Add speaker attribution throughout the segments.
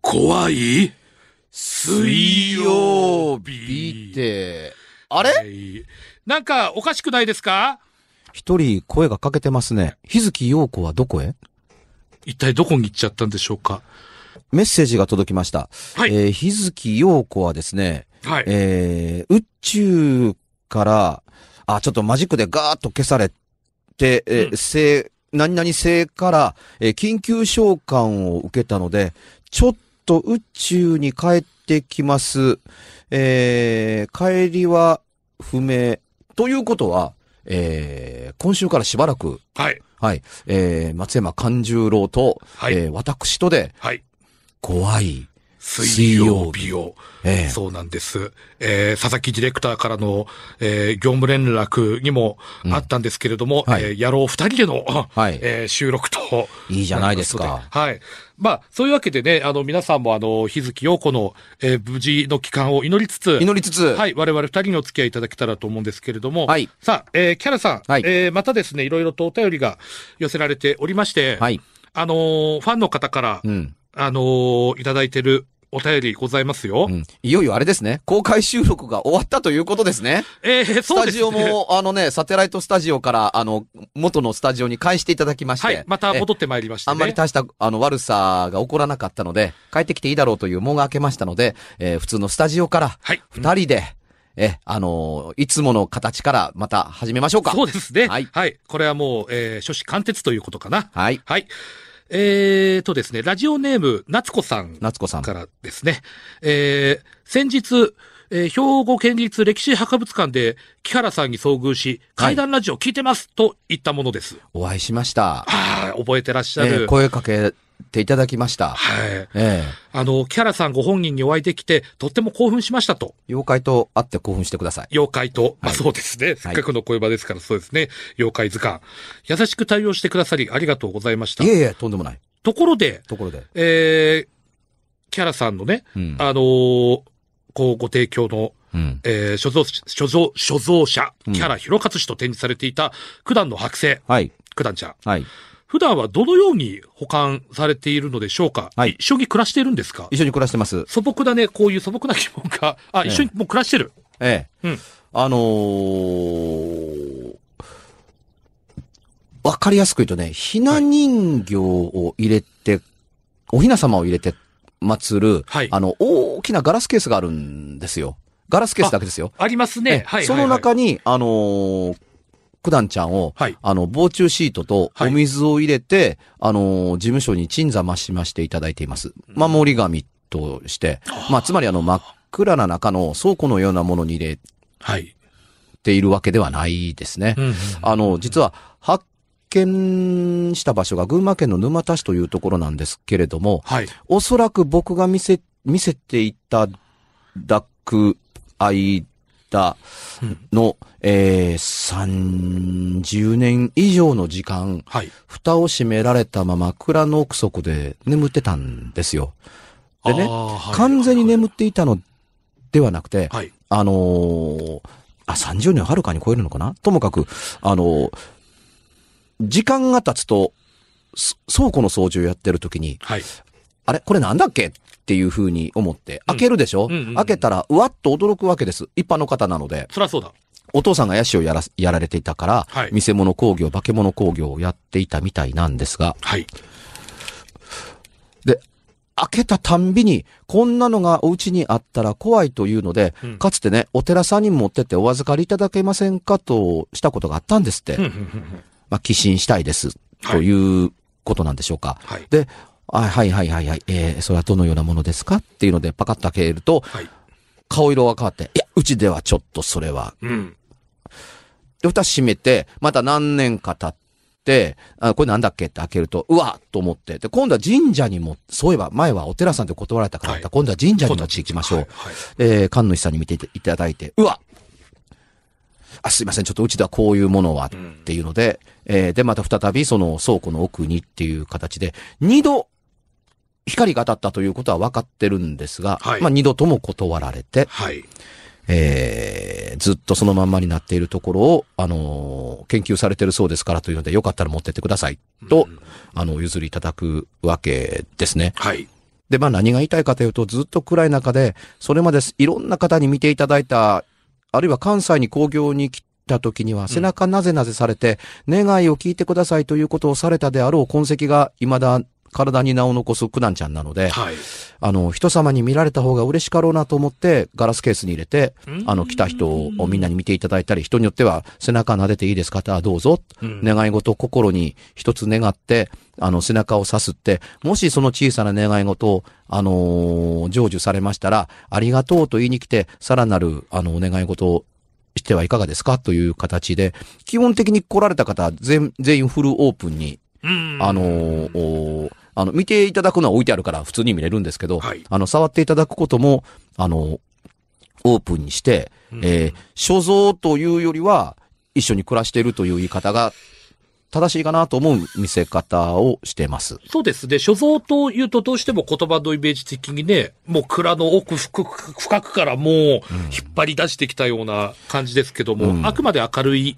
Speaker 1: 怖い水曜
Speaker 2: ビーっ
Speaker 1: 日。
Speaker 2: て、あれ
Speaker 1: はいなんかおかしくないですか
Speaker 3: 一人声がかけてますね。日月陽子はどこへ
Speaker 1: 一体どこに行っちゃったんでしょうか
Speaker 3: メッセージが届きました。
Speaker 1: はい
Speaker 3: えー日月陽子はですね、
Speaker 1: はい。
Speaker 3: えー宇宙から、あ、ちょっとマジックでガーッと消されて、えー
Speaker 1: うん
Speaker 3: 星、何々星から、えー緊急召喚を受けたので、ちょっと宇宙に帰ってきます。えー帰りは不明。ということは、えー今週からしばらく、
Speaker 1: はい。
Speaker 3: はい、えー松山勘十郎と、
Speaker 1: はい
Speaker 3: えー私とで、
Speaker 1: はい。
Speaker 3: 怖い、
Speaker 1: 水曜日を。
Speaker 3: えー
Speaker 1: そうなんです。えー佐々木ディレクターからの、えー業務連絡にもあったんですけれども、
Speaker 3: うんはい
Speaker 1: えー野郎二人での、
Speaker 3: はい
Speaker 1: えー収録と。
Speaker 3: いいじゃないですか
Speaker 1: とうことではい。まあ、そういうわけでね、あの、皆さんもあの、日月陽子の、えー無事の帰還を祈りつつ、
Speaker 3: 祈りつつ、
Speaker 1: はい、我々二人にお付き合いいただけたらと思うんですけれども、
Speaker 3: はい
Speaker 1: さあ、えーキャラさん、
Speaker 3: はい
Speaker 1: えーまたですね、いろいろとお便りが寄せられておりまして、
Speaker 3: はい
Speaker 1: あのーファンの方から、
Speaker 3: うん。
Speaker 1: あのーいただいてるお便りございますよ。
Speaker 3: うんいよいよあれですね。公開収録が終わったということですね。
Speaker 1: えー
Speaker 3: ス
Speaker 1: そう
Speaker 3: タ
Speaker 1: です
Speaker 3: ジオ
Speaker 1: ね。
Speaker 3: も、あのね、サテライトスタジオから、あの、元のスタジオに返していただきまして。
Speaker 1: はい、また戻
Speaker 3: え
Speaker 1: ってまいりました、
Speaker 3: あ
Speaker 1: ね。
Speaker 3: んまり大した、あの、悪さが起こらなかったので、帰ってきていいだろうという門が開けましたので、えー普通のスタジオから、
Speaker 1: はい。
Speaker 3: 二人で、え、あのーいつもの形からまた始めましょうか。
Speaker 1: そうですね。
Speaker 3: はい
Speaker 1: これはもう、えー、初子貫徹ということかな。
Speaker 3: はい。
Speaker 1: はい。えーとですね、ラジオネーム、夏子さん
Speaker 3: 夏子さん。
Speaker 1: からですね。えー、先日、えー兵庫県立歴史博物館で木原さんに遭遇し、
Speaker 3: は
Speaker 1: 怪
Speaker 3: い
Speaker 1: 談ラジオ聞いてます、と言ったものです。
Speaker 3: お会いしました。
Speaker 1: ああ、覚えてらっし
Speaker 3: え
Speaker 1: ゃる。
Speaker 3: ー声かけていただきました。
Speaker 1: はい。
Speaker 3: え
Speaker 1: あの、木原さんご本人にお会いできて、とっても興奮しましたと。
Speaker 3: ー妖怪と会って興奮してください。
Speaker 1: 妖怪と、まあ
Speaker 3: はい
Speaker 1: そうですね。せっかくの恋場ですから、そうですね。妖怪図鑑。優しく対応してくださり、ありがとうございました
Speaker 3: い。えいえ、とんでもない。
Speaker 1: ところで、
Speaker 3: ところで。
Speaker 1: えー、キャラさんのね、
Speaker 3: うん
Speaker 1: あのーこう、ご提供の、
Speaker 3: うん。
Speaker 1: えー、所蔵、所蔵、所蔵者、
Speaker 3: うん
Speaker 1: キャラ広勝氏と展示されていた、九段の剥製、
Speaker 3: はい。
Speaker 1: 九段ちゃん。
Speaker 3: はい。
Speaker 1: 普段はどのように保管されているのでしょうか、
Speaker 3: はい
Speaker 1: 一緒に暮らしているんですか
Speaker 3: 一緒に暮らしてます。
Speaker 1: 素朴だね、こういう素朴な疑問が。あ、
Speaker 3: ええ
Speaker 1: 一緒にもう暮らしてる。
Speaker 3: ええ。
Speaker 1: うん
Speaker 3: あのー、わかりやすく言うとね、ひな人形を入れて、おひな様を入れて祀る、
Speaker 1: はい
Speaker 3: あの、大きなガラスケースがあるんですよ。ガラスケースだけですよ。
Speaker 1: あります
Speaker 3: え
Speaker 1: ね
Speaker 3: え。
Speaker 1: はい。
Speaker 3: その中に、あのー、九段ちゃんを、
Speaker 1: はい
Speaker 3: あの、防虫シートと
Speaker 1: はい
Speaker 3: お水を入れて、あのー、事務所に鎮座ましましていただいています。守り神として、まあ、つまりあの、真っ暗な中の倉庫のようなものに入れ
Speaker 1: はい。はい。
Speaker 3: ているわけではないですね。
Speaker 1: うんうん
Speaker 3: あの、実は、発見した場所が群馬県の沼田市というところなんですけれども、
Speaker 1: はい。
Speaker 3: おそらく僕が見せ、見せていただく間の、えー、30年以上の時間、
Speaker 1: はい。
Speaker 3: 蓋を閉められたまま蔵の奥底で眠ってたんですよ。でね
Speaker 1: あー、はい
Speaker 3: 完全に眠っていたのではなくて、
Speaker 1: はい。
Speaker 3: あのーあ、30年をはるかに超えるのかなともかく、あのー時間が経つと、す倉庫の掃除をやってる時に、
Speaker 1: はい。
Speaker 3: あれこれなんだっけっていう風に思って、開けるでしょ、
Speaker 1: うんうんうん
Speaker 3: 開けたら、うわっと驚くわけです。一般の方なので。
Speaker 1: そりゃそうだ。
Speaker 3: お父さんがヤシをやらす、やられていたから、
Speaker 1: はい
Speaker 3: 見せ物工業、化け物工業をやっていたみたいなんですが、
Speaker 1: はい。
Speaker 3: で、開けたたんびに、こんなのがお家にあったら怖いというので、
Speaker 1: うん
Speaker 3: かつてね、お寺さんに持ってってお預かりいただけませんかと、したことがあったんですって。
Speaker 1: うんうんうんうん
Speaker 3: まあ、寄進したいです。
Speaker 1: はい
Speaker 3: ということなんでしょうか。
Speaker 1: はい
Speaker 3: で、あはいはいはいはい、えー、それはどのようなものですかっていうので、パカッと開けると、
Speaker 1: はい。
Speaker 3: 顔色が変わって、いや、うちではちょっとそれは。
Speaker 1: うん。
Speaker 3: で、蓋閉めて、また何年か経って、あ、これなんだっけって開けると、うわっと思って。で、今度は神社にも、そういえば前はお寺さんで断られたからだった、
Speaker 1: はい
Speaker 3: 今度は神社に持って行きましょう。
Speaker 1: はい
Speaker 3: えー、神主さんに見ていただいて、うわあ、すいません、ちょっとうちではこういうものは、っていうので、えー、で、また再びその倉庫の奥にっていう形で、二度、光が当たったということは分かってるんですが、
Speaker 1: はい
Speaker 3: まあ二度とも断られて、
Speaker 1: はい。
Speaker 3: えー、ずっとそのまんまになっているところを、あのー研究されてるそうですからというので、よかったら持ってってください。と、あの、譲りいただくわけですね。
Speaker 1: はい。
Speaker 3: で、まあ何が言いたいかというと、ずっと暗い中で、それまですいろんな方に見ていただいた、あるいは関西に興行に来た時には、背中なぜなぜされて、願いを聞いてくださいということをされたであろう痕跡が、未だ体に名を残す苦難ちゃんなので、
Speaker 1: はい。
Speaker 3: あの、人様に見られた方が嬉しかろうなと思って、ガラスケースに入れて、あの、来た人をみんなに見ていただいたり、人によっては、背中撫でていいですかってあどうぞ。
Speaker 1: うん
Speaker 3: 願い事を心に一つ願って、あの、背中を刺すって、もしその小さな願い事を、あのー成就されましたら、ありがとうと言いに来て、さらなる、あの、お願い事をしてはいかがですかという形で、基本的に来られた方、全、全員フルオープンに
Speaker 1: うん
Speaker 3: あのーおーあの、見ていただくのは置いてあるから普通に見れるんですけど、
Speaker 1: はい
Speaker 3: あの、触っていただくことも、あのーオープンにして、えー所蔵というよりは、一緒に暮らしているという言い方が、正しいかなと思う見せ方をしてます。
Speaker 1: そうですね。所蔵というとどうしても言葉のイメージ的にね、もう蔵の奥深く深くからもう引っ張り出してきたような感じですけども、
Speaker 3: うん
Speaker 1: あくまで明るい、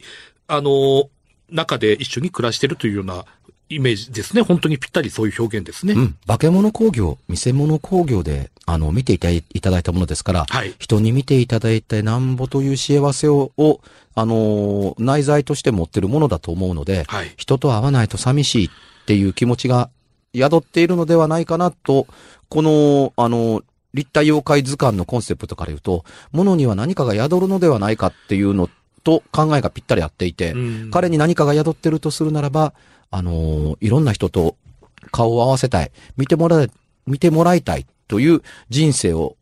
Speaker 1: あの、中で一緒に暮らしてるというようなイメージですね。本当にぴったりそういう表現ですね。
Speaker 3: うん。化け物工業、見せ物工業で、あの、見ていたいただいたものですから、
Speaker 1: はい
Speaker 3: 人に見ていただいてなんぼという幸せを、をあのー内在として持ってるものだと思うので、
Speaker 1: はい
Speaker 3: 人と会わないと寂しいっていう気持ちが宿っているのではないかなと、この、あのー立体妖怪図鑑のコンセプトから言うと、物には何かが宿るのではないかっていうのと考えがぴったり合っていて、
Speaker 1: うん
Speaker 3: 彼に何かが宿ってるとするならば、あのーいろんな人と顔を合わせたい、見てもらい、見てもらいたいという人生を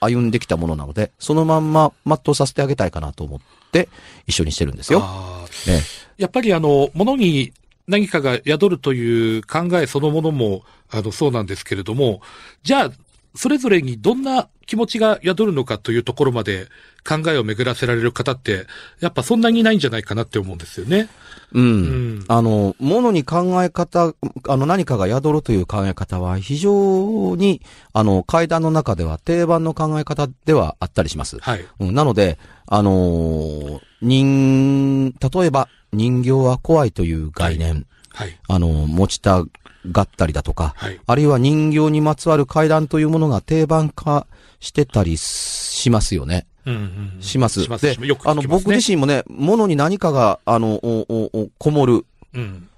Speaker 3: 歩んできたものなので、そのまんま全うさせてあげたいかなと思って一緒にしてるんですよ。
Speaker 1: あー
Speaker 3: ええ
Speaker 1: やっぱりあの、物に何かが宿るという考えそのものも、あの、そうなんですけれども、じゃあ、それぞれにどんな気持ちが宿るのかというところまで考えを巡らせられる方って、やっぱそんなにないんじゃないかなって思うんですよね。
Speaker 3: うん。
Speaker 1: うん
Speaker 3: あの、ものに考え方、あの、何かが宿るという考え方は非常に、あの、階段の中では定番の考え方ではあったりします。
Speaker 1: はい。
Speaker 3: うんなので、あのー人、例えば、人形は怖いという概念、
Speaker 1: はい。
Speaker 3: あのー持ちたがったりだとか、
Speaker 1: はい。
Speaker 3: あるいは人形にまつわる階段というものが定番化してたりしますよね。
Speaker 1: うんうんうん
Speaker 3: します。
Speaker 1: します。
Speaker 3: で、
Speaker 1: よく
Speaker 3: あ
Speaker 1: 聞
Speaker 3: の、
Speaker 1: きます
Speaker 3: 僕
Speaker 1: ね。
Speaker 3: 自身もね、物に何かが、あの、おおおこもる、
Speaker 1: うん。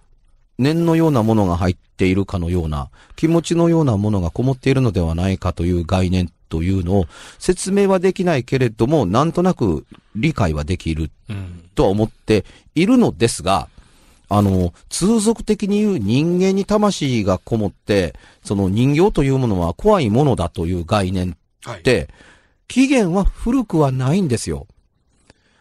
Speaker 3: 念のようなものが入っているかのような、気持ちのようなものがこもっているのではないかという概念というのを説明はできないけれども、なんとなく理解はできる
Speaker 1: うん。
Speaker 3: とは思っているのですが、あの、通俗的に言う人間に魂がこもって、その人形というものは怖いものだという概念
Speaker 1: はい
Speaker 3: っ。て、起源は古くはないんですよ。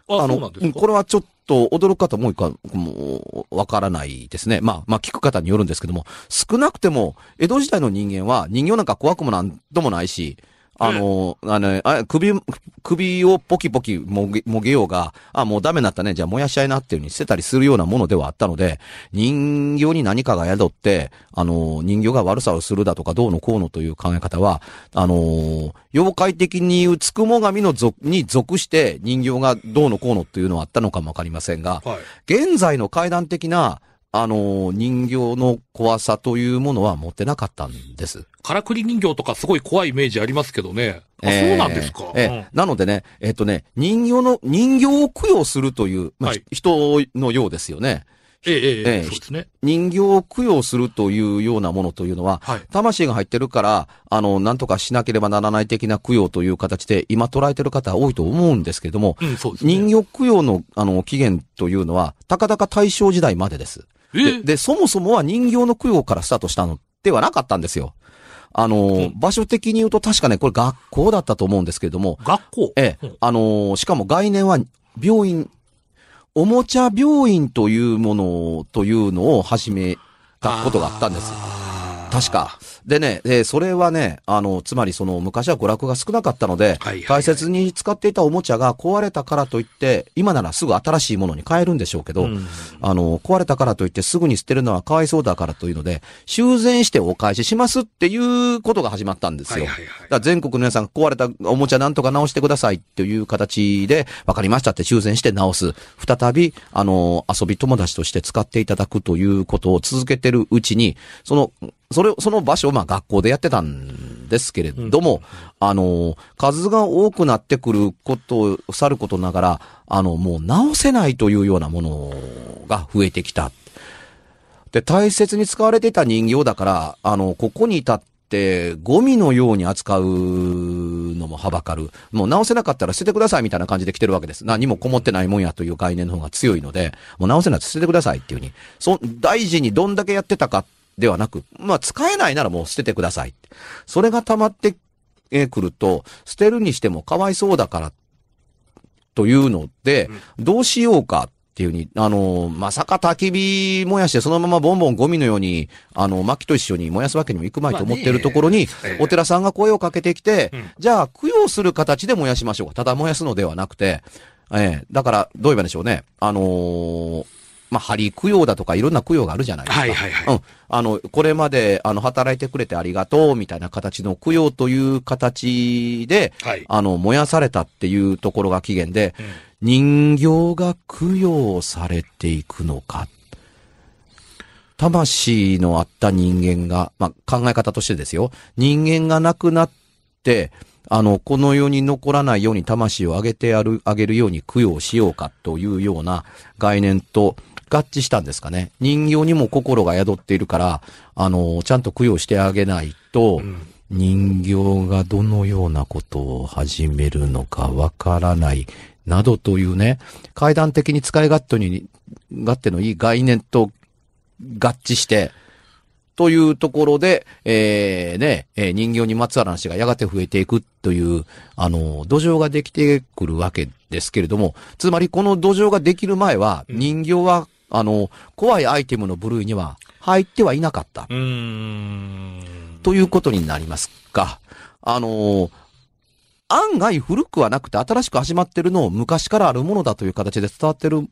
Speaker 1: あ、
Speaker 3: の、
Speaker 1: そうなんですか
Speaker 3: これはちょっと驚く方も多いか、もうわからないですね。まあ、まあ聞く方によるんですけども、少なくても、江戸時代の人間は人形なんか怖くもなんともないし、あの、あの、あ首、首をポキポキもげ、もげようが、あ、もうダメになったね、じゃあ燃やしちゃいなっていうふうに捨てたりするようなものではあったので、人形に何かが宿って、あの、人形が悪さをするだとか、どうのこうのという考え方は、あの、妖怪的に言うつくも神の属に属して人形がどうのこうのというのはあったのかもわかりませんが、
Speaker 1: はい。
Speaker 3: 現在の階段的な、あの、人形の怖さというものは持ってなかったんです。
Speaker 1: からくり人形とかすごい怖いイメージありますけどね。あ、
Speaker 3: えー
Speaker 1: そうなんですか。
Speaker 3: え
Speaker 1: うん
Speaker 3: えなのでね、えっとね、人形の、人形を供養するという、まあ
Speaker 1: はい
Speaker 3: 人のようですよね。
Speaker 1: えええええ
Speaker 3: え
Speaker 1: え、
Speaker 3: え
Speaker 1: そうですね。
Speaker 3: 人形を供養するというようなものというのは、
Speaker 1: はい。
Speaker 3: 魂が入ってるから、あの、なんとかしなければならない的な供養という形で、今捉えてる方多いと思うんですけれども、
Speaker 1: うん、そうですね。
Speaker 3: 人形供養の、あの、起源というのは、たかだか大正時代までです。
Speaker 1: え
Speaker 3: で、でそもそもは人形の供養からスタートしたのではなかったんですよ。あの、
Speaker 1: うん
Speaker 3: 場所的に言うと確かね、これ学校だったと思うんですけれども、
Speaker 1: 学校
Speaker 3: え
Speaker 1: う
Speaker 3: え
Speaker 1: ん、
Speaker 3: あのーしかも概念は病院、おもちゃ病院というものというのを始めたことがあったんです。
Speaker 1: あー
Speaker 3: 確か。でね、えーそれはね、あの、つまりその昔は娯楽が少なかったので、
Speaker 1: はいはいはい
Speaker 3: 大切に使っていたおもちゃが壊れたからといって、今ならすぐ新しいものに変えるんでしょうけ
Speaker 1: う
Speaker 3: ど、
Speaker 1: ん
Speaker 3: あの、壊れたからといってすぐに捨てるのはかわいそうだからというので、修繕してお返ししますっていうことが始まったんです
Speaker 1: は
Speaker 3: よ。
Speaker 1: いはい
Speaker 3: だか
Speaker 1: は
Speaker 3: ら全国の皆さん壊れたおもちゃなんとか直してくださいという形で、わかりましたって修繕して直す。再び、あの、遊び友達として使っていただくということを続けてるうちに、その、それを、その場所をまあ学校でやってたんですけれども、あの、数が多くなってくることをさることながら、あの、もう直せないというようなものが増えてきた。で、大切に使われていた人形だから、あの、ここに至って、ゴミのように扱うのもはばかる。もう直せなかったら捨ててくださいみたいな感じで来てるわけです。何もこもってないもんやという概念の方が強いので、もう直せなら捨ててくださいっていうふうに。そ、大事にどんだけやってたかではなく、まあ使えないならもう捨ててください。それが溜まってえーくると、捨てるにしてもかわいそうだからというので、どうしようかっていうに、あの、まさか焚き火燃やしてそのままボンボンゴミのように、あの、薪と一緒に燃やすわけにもいくまいと思ってるところに
Speaker 1: まあね、
Speaker 3: お寺さんが声をかけてきて
Speaker 1: うん、
Speaker 3: じゃあ供養する形で燃やしましょう。ただ燃やすのではなくて、ええだから、どう言えばいいんでしょうね。あのーまあ、針供養だとかいろんな供養があるじゃないですか。
Speaker 1: はいはいはい
Speaker 3: うん。あの、これまで、あの、働いてくれてありがとう、みたいな形の供養という形で、
Speaker 1: はい。
Speaker 3: あの、燃やされたっていうところが起源で、人形が供養されていくのか。魂のあった人間が、まあ、考え方としてですよ。人間が亡くなって、あの、この世に残らないように魂を上げてやる、上げるように供養しようかというような概念と合致したんですかね。人形にも心が宿っているから、あの、ちゃんと供養してあげないと、
Speaker 1: うん
Speaker 3: 人形がどのようなことを始めるのかわからない、などというね、階段的に使い勝手に、勝手のいい概念と合致して、というところで、えーね、えー人形にまつわる話がやがて増えていくという、あの、土壌ができてくるわけですけれども、つまりこの土壌ができる前は、人形は、あの、怖いアイテムの部類には入ってはいなかった。
Speaker 1: うーん。
Speaker 3: ということになりますが、あのー案外古くはなくて新しく始まってるのを昔からあるものだという形で伝わってる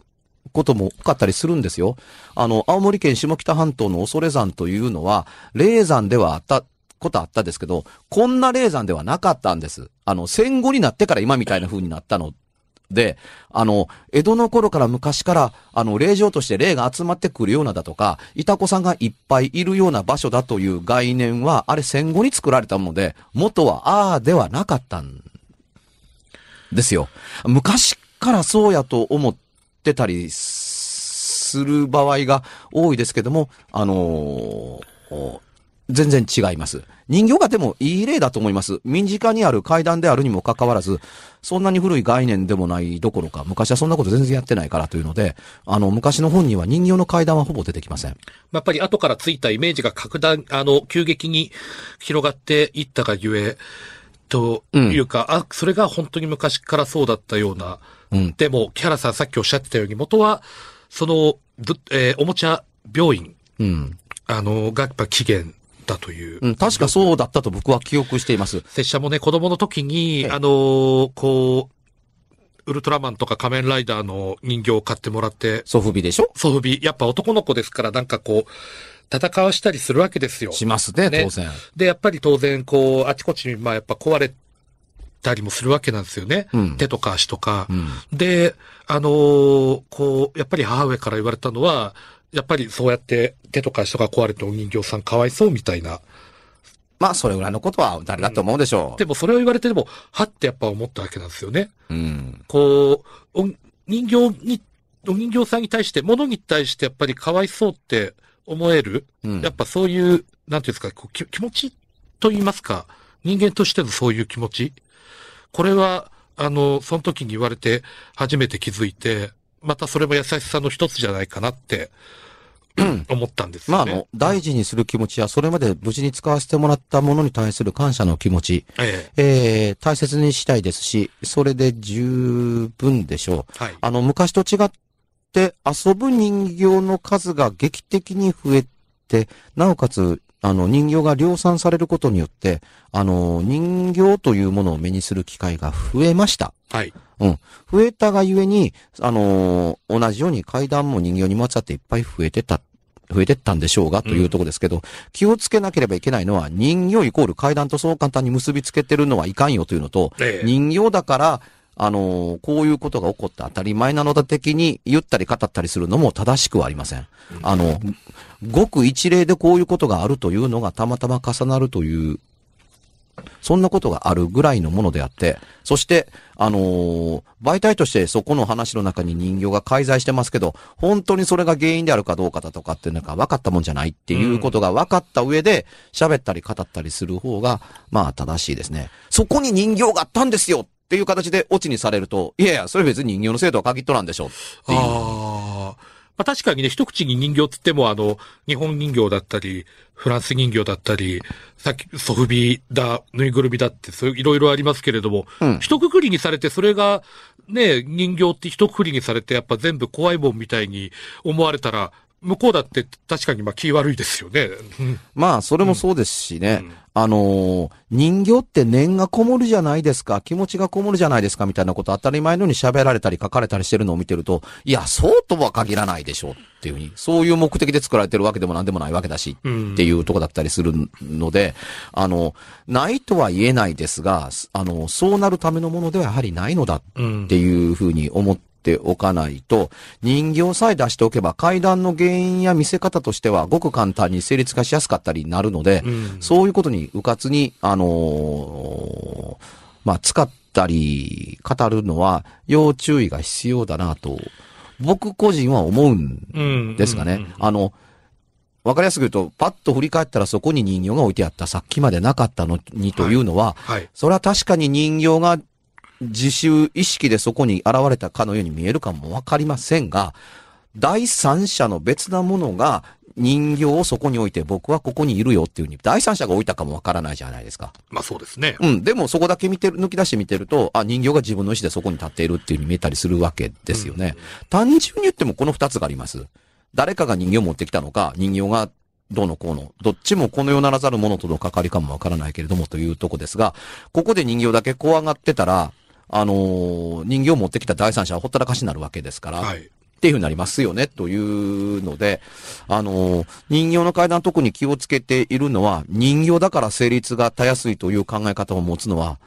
Speaker 3: ことも多かったりするんですよ。あの、青森県下北半島の恐山というのは、霊山ではあった、ことあったですけど、こんな霊山ではなかったんです。あの、戦後になってから今みたいな風になったので、あの、江戸の頃から昔から、あの、霊場として霊が集まってくるようなだとか、いた子さんがいっぱいいるような場所だという概念は、あれ戦後に作られたもので、元はああではなかったんですよ。昔からそうやと思ってたりする場合が多いですけども、あのー全然違います。人形がでもいい例だと思います。身近にある階段であるにもかかわらず、そんなに古い概念でもないどころか、昔はそんなこと全然やってないからというので、あの、昔の本には人形の階段はほぼ出てきません。
Speaker 1: やっぱり後からついたイメージが格段、あの、急激に広がっていったがゆえ、というか、あ、それが本当に昔からそうだったような。
Speaker 3: うん
Speaker 1: でも、木原さんさっきおっしゃってたように、元は、その、ぶえーおもちゃ病院、
Speaker 3: うん。
Speaker 1: あの、がやっぱ起源だという。
Speaker 3: うん、確かそうだったと僕は記憶しています。
Speaker 1: 拙者もね、子供の時に、
Speaker 3: ええ
Speaker 1: あのーこう、ウルトラマンとか仮面ライダーの人形を買ってもらって、
Speaker 3: ソフビでしょ
Speaker 1: 装備、やっぱ男の子ですから、なんかこう、戦わしたりするわけですよ。
Speaker 3: しますね、
Speaker 1: ね
Speaker 3: 当然。
Speaker 1: で、やっぱり当然、こう、あちこち、まあやっぱ壊れたりもするわけなんですよね。
Speaker 3: うん
Speaker 1: 手とか足とか。
Speaker 3: うん。
Speaker 1: で、あのーこう、やっぱり母上から言われたのは、やっぱりそうやって手とか足とか壊れてお人形さんかわいそうみたいな。
Speaker 3: まあ、それぐらいのことは誰だと思うでしょ
Speaker 1: でもそれを言われてでも、はってやっぱ思ったわけなんですよね。
Speaker 3: う。うん。
Speaker 1: こう、お人形に、お人形さんに対して、物に対してやっぱりかわいそうって思える、
Speaker 3: うん
Speaker 1: やっぱそういう、なんていうんですか、こうき気持ちと言いますか、人間としてのそういう気持ち。これは、あの、その時に言われて、初めて気づいて、またそれも優しさの一つじゃないかなって、思ったんです
Speaker 3: ま
Speaker 1: よ
Speaker 3: あ、あ
Speaker 1: ね。
Speaker 3: の、大事にする気持ちや、それまで無事に使わせてもらったものに対する感謝の気持ち、
Speaker 1: え
Speaker 3: えー、大切にしたいですし、それで十分でしょう。
Speaker 1: え、はい。
Speaker 3: あの、昔と違って、遊ぶ人形の数が劇的に増えて、なおかつ、あの、人形が量産されることによって、あの、人形というものを目にする機会が増えました。
Speaker 1: はい。
Speaker 3: うん。増えたがゆえに、あのー同じように階段も人形にまつわっていっぱい増えてた、増えてったんでしょうがというところですけど、気をつけなければいけないのは、人形イコール階段とそう簡単に結びつけてるのはいかんよというのと、
Speaker 1: ええ
Speaker 3: 人形だから、あのーこういうことが起こった当たり前なのだ的に言ったり語ったりするのも正しくはありません。あの、ごく一例でこういうことがあるというのがたまたま重なるというそんなことがあるぐらいのものであって、そして、あのー媒体としてそこの話の中に人形が介在してますけど、本当にそれが原因であるかどうかだとかっていうのが分かったもんじゃないっていうことが分かった上で、喋ったり語ったりする方が、まあ正しいですね。そこに人形があったんですよっていう形でオチにされると、いやいや、それ別に人形の生徒は限っとなんでしょっていう。
Speaker 1: ああ。まあ確かにね、一口に人形つっても、あの、日本人形だったり、フランス人形だったり、さっき、ソフビだ、ぬいぐるみだって、そういういろいろありますけれども、
Speaker 3: うん
Speaker 1: 一括りにされて、それが、ね、人形って一括りにされて、やっぱ全部怖いもんみたいに思われたら、向こうだって確かにまあ気悪いですよね。うん
Speaker 3: まあ、それもそうですしね、
Speaker 1: うん
Speaker 3: あのー人形って念がこもるじゃないですか、気持ちがこもるじゃないですか、みたいなこと当たり前のように喋られたり書かれたりしてるのを見てると、いや、そうとは限らないでしょうっていうふうに、そういう目的で作られてるわけでもなんでもないわけだし、
Speaker 1: うん
Speaker 3: っていうとこだったりするので、あの、ないとは言えないですが、あの、そうなるためのものではやはりないのだ
Speaker 1: うん
Speaker 3: っていうふうに思っておかないと、人形さえ出しておけば階段の原因や見せ方としてはごく簡単に成立化しやすかったりなるので、
Speaker 1: うん
Speaker 3: そういうことに迂闊に、あのーまあ、使ったり語るのは要注意が必要だなと、僕個人は思うん
Speaker 1: うん
Speaker 3: ですがね、
Speaker 1: うん
Speaker 3: あの、わかりやすく言うと、パッと振り返ったらそこに人形が置いてあった、さっきまでなかったのにというのは、
Speaker 1: はい。
Speaker 3: それは確かに人形が自主意識でそこに現れたかのように見えるかもわかりませんが、第三者の別なものが人形をそこに置いて僕はここにいるよっていうふうに、第三者が置いたかもわからないじゃないですか。
Speaker 1: まあそうですね。
Speaker 3: うん。でもそこだけ見てる、抜き出して見てると、あ、人形が自分の意思でそこに立っているっていうふうに見えたりするわけですよね。単純に言ってもこの二つがあります。誰かが人形を持ってきたのか、人形がどうのこうの、どっちもこの世ならざるものとの関わりかもわからないけれどもというとこですが、ここで人形だけ怖がってたら、あのー人形を持ってきた第三者はほったらかしになるわけですから、
Speaker 1: はい。
Speaker 3: っていうふうになりますよね、というので、あの、人形の階段特に気をつけているのは、人形だから成立がたやすいという考え方を持つのは、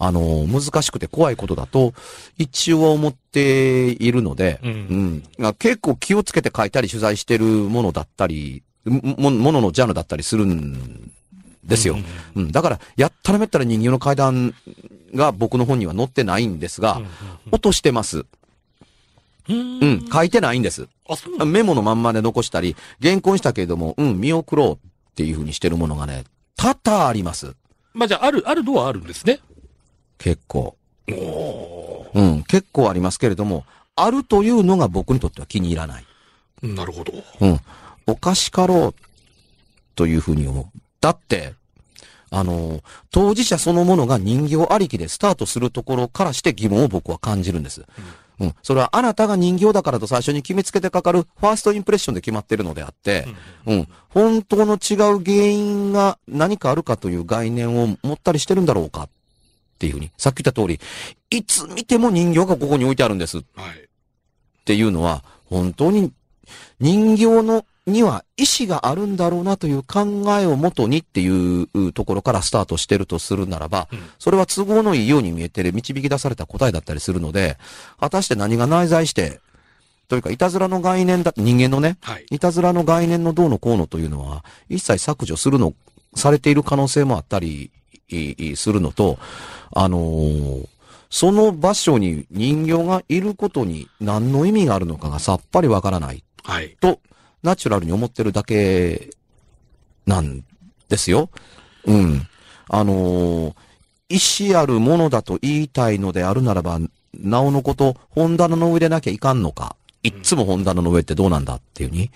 Speaker 3: あの、難しくて怖いことだと、一応は思っているので、
Speaker 1: うん
Speaker 3: うん結構気をつけて書いたり取材してるものだったり、も、もののジャンルだったりするんですよ。
Speaker 1: うん
Speaker 3: うん、だから、やったらめったら人形の階段が僕の本には載ってないんですが、落としてます。
Speaker 1: うん
Speaker 3: うん、書いてないんです。
Speaker 1: あ、そうなんだ。
Speaker 3: メモのまんまで残したり、原稿にしたけれども、うん、見送ろうっていう風にしてるものがね、多々あります。
Speaker 1: まあじゃあ、ある、あるのはあるんですね。
Speaker 3: 結構。うん、結構ありますけれども、あるというのが僕にとっては気に入らない。
Speaker 1: なるほど。
Speaker 3: うん。おかしかろう、というふうに思う。だって、あの、当事者そのものが人形ありきでスタートするところからして疑問を僕は感じるんです。うん。それはあなたが人形だからと最初に決めつけてかかるファーストインプレッションで決まってるのであって、うん。本当の違う原因が何かあるかという概念を持ったりしてるんだろうかっていうふうに。さっき言った通り、いつ見ても人形がここに置いてあるんです
Speaker 1: はい。
Speaker 3: っていうのは、本当に人形のには意志があるんだろうなという考えをもとにっていうところからスタートしてるとするならば
Speaker 1: うん、
Speaker 3: それは都合のいいように見えてる導き出された答えだったりするので、果たして何が内在して、というか、いたずらの概念だ、人間のね、
Speaker 1: はい。
Speaker 3: いたずらの概念のどうのこうのというのは、一切削除するの、されている可能性もあったり、いいするのと、あのーその場所に人形がいることに何の意味があるのかがさっぱりわからない
Speaker 1: はい。
Speaker 3: と、ナチュラルに思ってるだけ、なんですよ。うん。あのー意思あるものだと言いたいのであるならば、なおのこと、本棚の上でなきゃいかんのか。いっつも本棚の上ってどうなんだっていうに。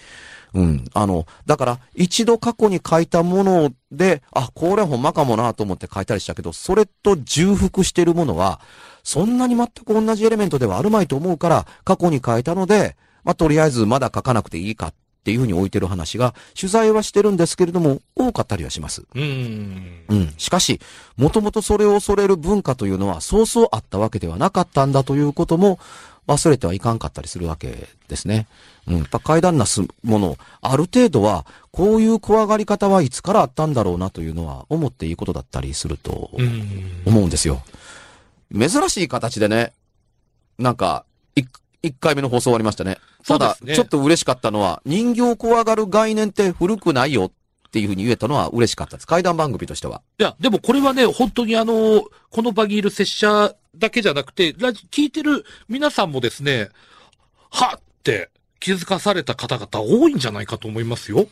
Speaker 3: うん。あの、だから、一度過去に書いたもので、あ、これはほんまかもなと思って書いたりしたけど、それと重複してるものは、そんなに全く同じエレメントではあるまいと思うから、過去に書いたので、まあ、とりあえずまだ書かなくていいかっていうふうに置いてる話が、取材はしてるんですけれども、多かったりはします。
Speaker 1: うん。
Speaker 3: うん。しかし、もともとそれを恐れる文化というのは、そうそうあったわけではなかったんだということも、忘れてはいかんかったりするわけですね。うん。やっぱ階段なすもの、ある程度は、こういう怖がり方はいつからあったんだろうなというのは、思っていいことだったりすると
Speaker 1: うん。
Speaker 3: 思うんですよ。珍しい形でね、なんか、い一回目の放送終わりましたね。
Speaker 1: そ
Speaker 3: た
Speaker 1: うで
Speaker 3: だ
Speaker 1: す、ね
Speaker 3: ちょっと嬉しかったのは、人形を怖がる概念って古くないよっっていうふうに言えたのは嬉しかったです。怪談番組としては。
Speaker 1: いや、でもこれはね、本当にあの、この場にいる拙者だけじゃなくて、ラジ聞いてる皆さんもですね、はっって気づかされた方々多いんじゃないかと思いますよ。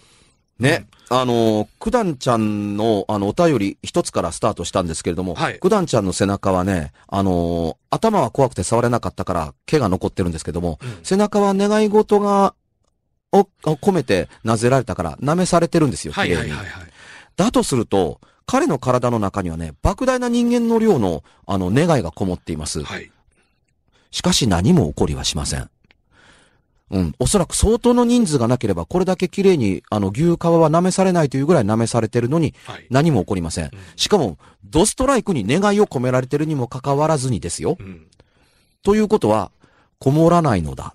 Speaker 3: ね、あのー、九段ちゃんの、あの、お便り一つからスタートしたんですけれども、
Speaker 1: はい
Speaker 3: 九段ちゃんの背中はね、あのー頭は怖くて触れなかったから、毛が残ってるんですけども、
Speaker 1: うん
Speaker 3: 背中は願い事が、を、を込めてなぜられたから、舐めされてるんですよ、綺
Speaker 1: は
Speaker 3: 麗
Speaker 1: い
Speaker 3: に。
Speaker 1: はいはいはい。
Speaker 3: だとすると、彼の体の中にはね、莫大な人間の量の、あの、願いがこもっています。
Speaker 1: はい。
Speaker 3: しかし何も起こりはしません。うん。おそらく相当の人数がなければ、これだけ綺麗に、あの、牛皮は舐めされないというぐらい舐めされてるのに、
Speaker 1: はい。
Speaker 3: 何も起こりません。しかも、ドストライクに願いを込められてるにもかかわらずにですよ。
Speaker 1: うん。
Speaker 3: ということは、こもらないのだ。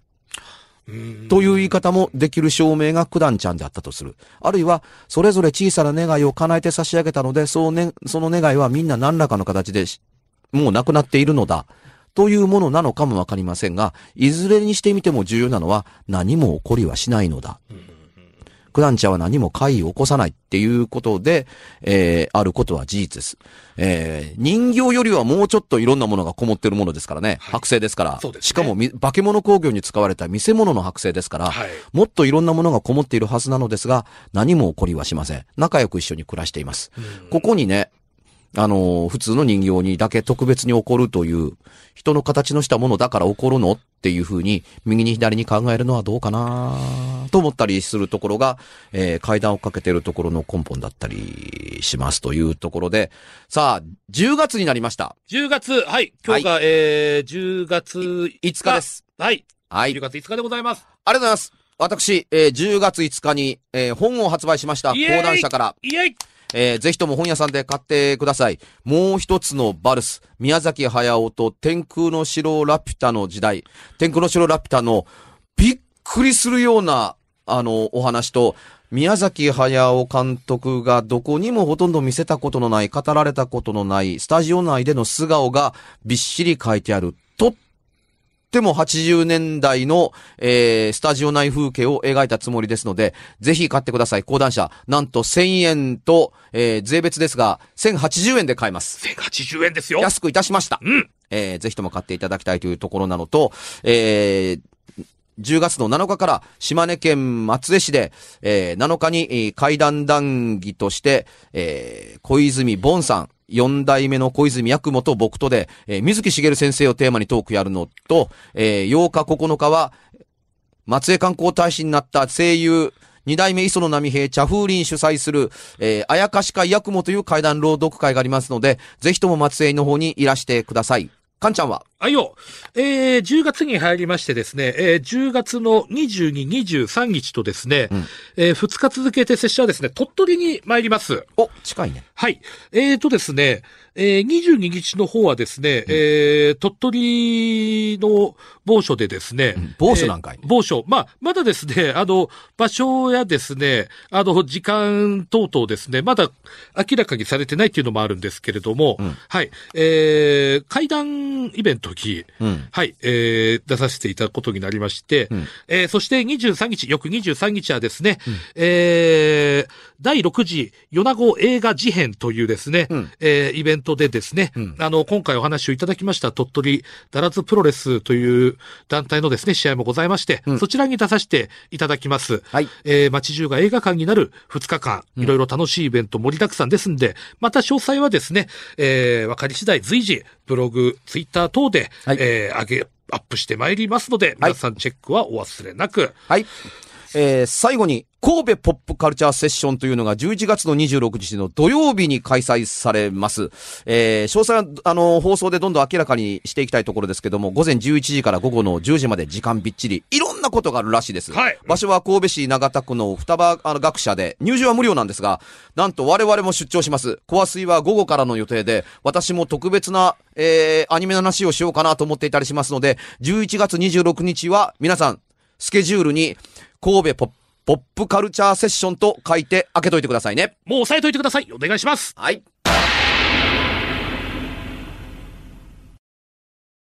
Speaker 1: うん
Speaker 3: という言い方もできる証明が九段ちゃんであったとする。あるいは、それぞれ小さな願いを叶えて差し上げたので、そうね、その願いはみんな何らかの形でし、もうなくなっているのだ。というものなのかもわかりませんが、いずれにしてみても重要なのは、何も起こりはしないのだ。九段ちゃんは何も怪異を起こさないっていうことで、えー、あることは事実です。えー、人形よりはもうちょっといろんなものがこもってるものですからね。
Speaker 1: はい
Speaker 3: 剥製ですから。
Speaker 1: そうですね
Speaker 3: しかもみ、化け物工業に使われた見せ物の剥製ですから、
Speaker 1: はい。
Speaker 3: もっといろんなものがこもっているはずなのですが、何も起こりはしません。仲良く一緒に暮らしています。ここにね、あのー普通の人形にだけ特別に起こるという、人の形のしたものだから起こるのっていうふうに、右に左に考えるのはどうかなと思ったりするところが、えー階段をかけてるところの根本だったりしますというところで、さあ、10月になりました。
Speaker 1: 10月、はい。今日が、えー、10月5
Speaker 3: 5日で。す。
Speaker 1: はい。
Speaker 3: はい。
Speaker 1: 10
Speaker 3: あり
Speaker 1: 月5日でございます。
Speaker 3: がとうございます。私、えー10月5日に、えー本を発売しました。
Speaker 1: イエーイ
Speaker 3: 講談社から。
Speaker 1: イェイ
Speaker 3: えーぜひとも本屋さんで買ってください。もう一つのバルス、宮崎駿と天空の城ラピュタの時代、天空の城ラピュタのびっくりするような、あの、お話と、宮崎駿監督がどこにもほとんど見せたことのない、語られたことのない、スタジオ内での素顔がびっしり書いてある。とっても80年代の、えースタジオ内風景を描いたつもりですので、ぜひ買ってください。講談社。なんと1000円と、えー税別ですが、1080円で買えます。
Speaker 1: !1080 円ですよ
Speaker 3: 安くいたしました。
Speaker 1: うん
Speaker 3: えーぜひとも買っていただきたいというところなのと、えー10月の7日から島根県松江市で、えー7日にえー怪談談義として、えー小泉ボンさん、4代目の小泉八雲と僕とで、えー水木しげる先生をテーマにトークやるのと、えー8日9日は、松江観光大使になった声優、二代目磯野波平茶風林主催する、えー、あやかし会やくもという会談朗読会がありますので、ぜひとも松江の方にいらしてください。かんちゃんは
Speaker 1: はいよ。えー、10月に入りましてですね、えー、10月の22、23日とですね、
Speaker 3: うん
Speaker 1: えー、2日続けて拙者はですね、鳥取に参ります。
Speaker 3: お、近いね。
Speaker 1: はい。えーとですね、えー、22日の方はですね、えー、鳥取の某所でですね、
Speaker 3: うん某所なんかい
Speaker 1: えー某所。まあ、まだですね、あの、場所やですね、あの、時間等々ですね、まだ明らかにされてないっていうのもあるんですけれども、
Speaker 3: うん
Speaker 1: はい。えー、会談イベントに、
Speaker 3: うん。
Speaker 1: はい、えー、出させていただくことになりまして、
Speaker 3: うん
Speaker 1: えー、そして23日、翌23日はですね、えー、第6次米子映画事変というですね、
Speaker 3: うん
Speaker 1: えーイベントでですね、
Speaker 3: うん
Speaker 1: あの、今回お話をいただきました鳥取ダラズプロレスという団体のですね、試合もございまして、
Speaker 3: うん
Speaker 1: そちらに出させていただきます。
Speaker 3: はい。
Speaker 1: えー街中が映画館になる2日間、いろいろ楽しいイベント盛りだくさんですんで、また詳細はですね、えー、わかり次第随時、ブログ、ツイッター等で、
Speaker 3: はい
Speaker 1: えー上げ、アップしてまいりますので、皆さんチェックはお忘れなく。
Speaker 3: はい。えー最後に、神戸ポップカルチャーセッションというのが11月の26日の土曜日に開催されます。えー詳細は、あの、放送でどんどん明らかにしていきたいところですけども、午前11時から午後の10時まで時間びっちり、いろんなことがあるらしいです。
Speaker 1: はい
Speaker 3: 場所は神戸市長田区の双葉あの学舎で、入場は無料なんですが、なんと我々も出張します。コア水は午後からの予定で、私も特別な、えーアニメの話をしようかなと思っていたりしますので、11月26日は皆さん、スケジュールに、神戸ポッポップカルチャーセッションと書いて開けといてくださいね。
Speaker 1: もう押さえといてください。お願いします。
Speaker 3: はい。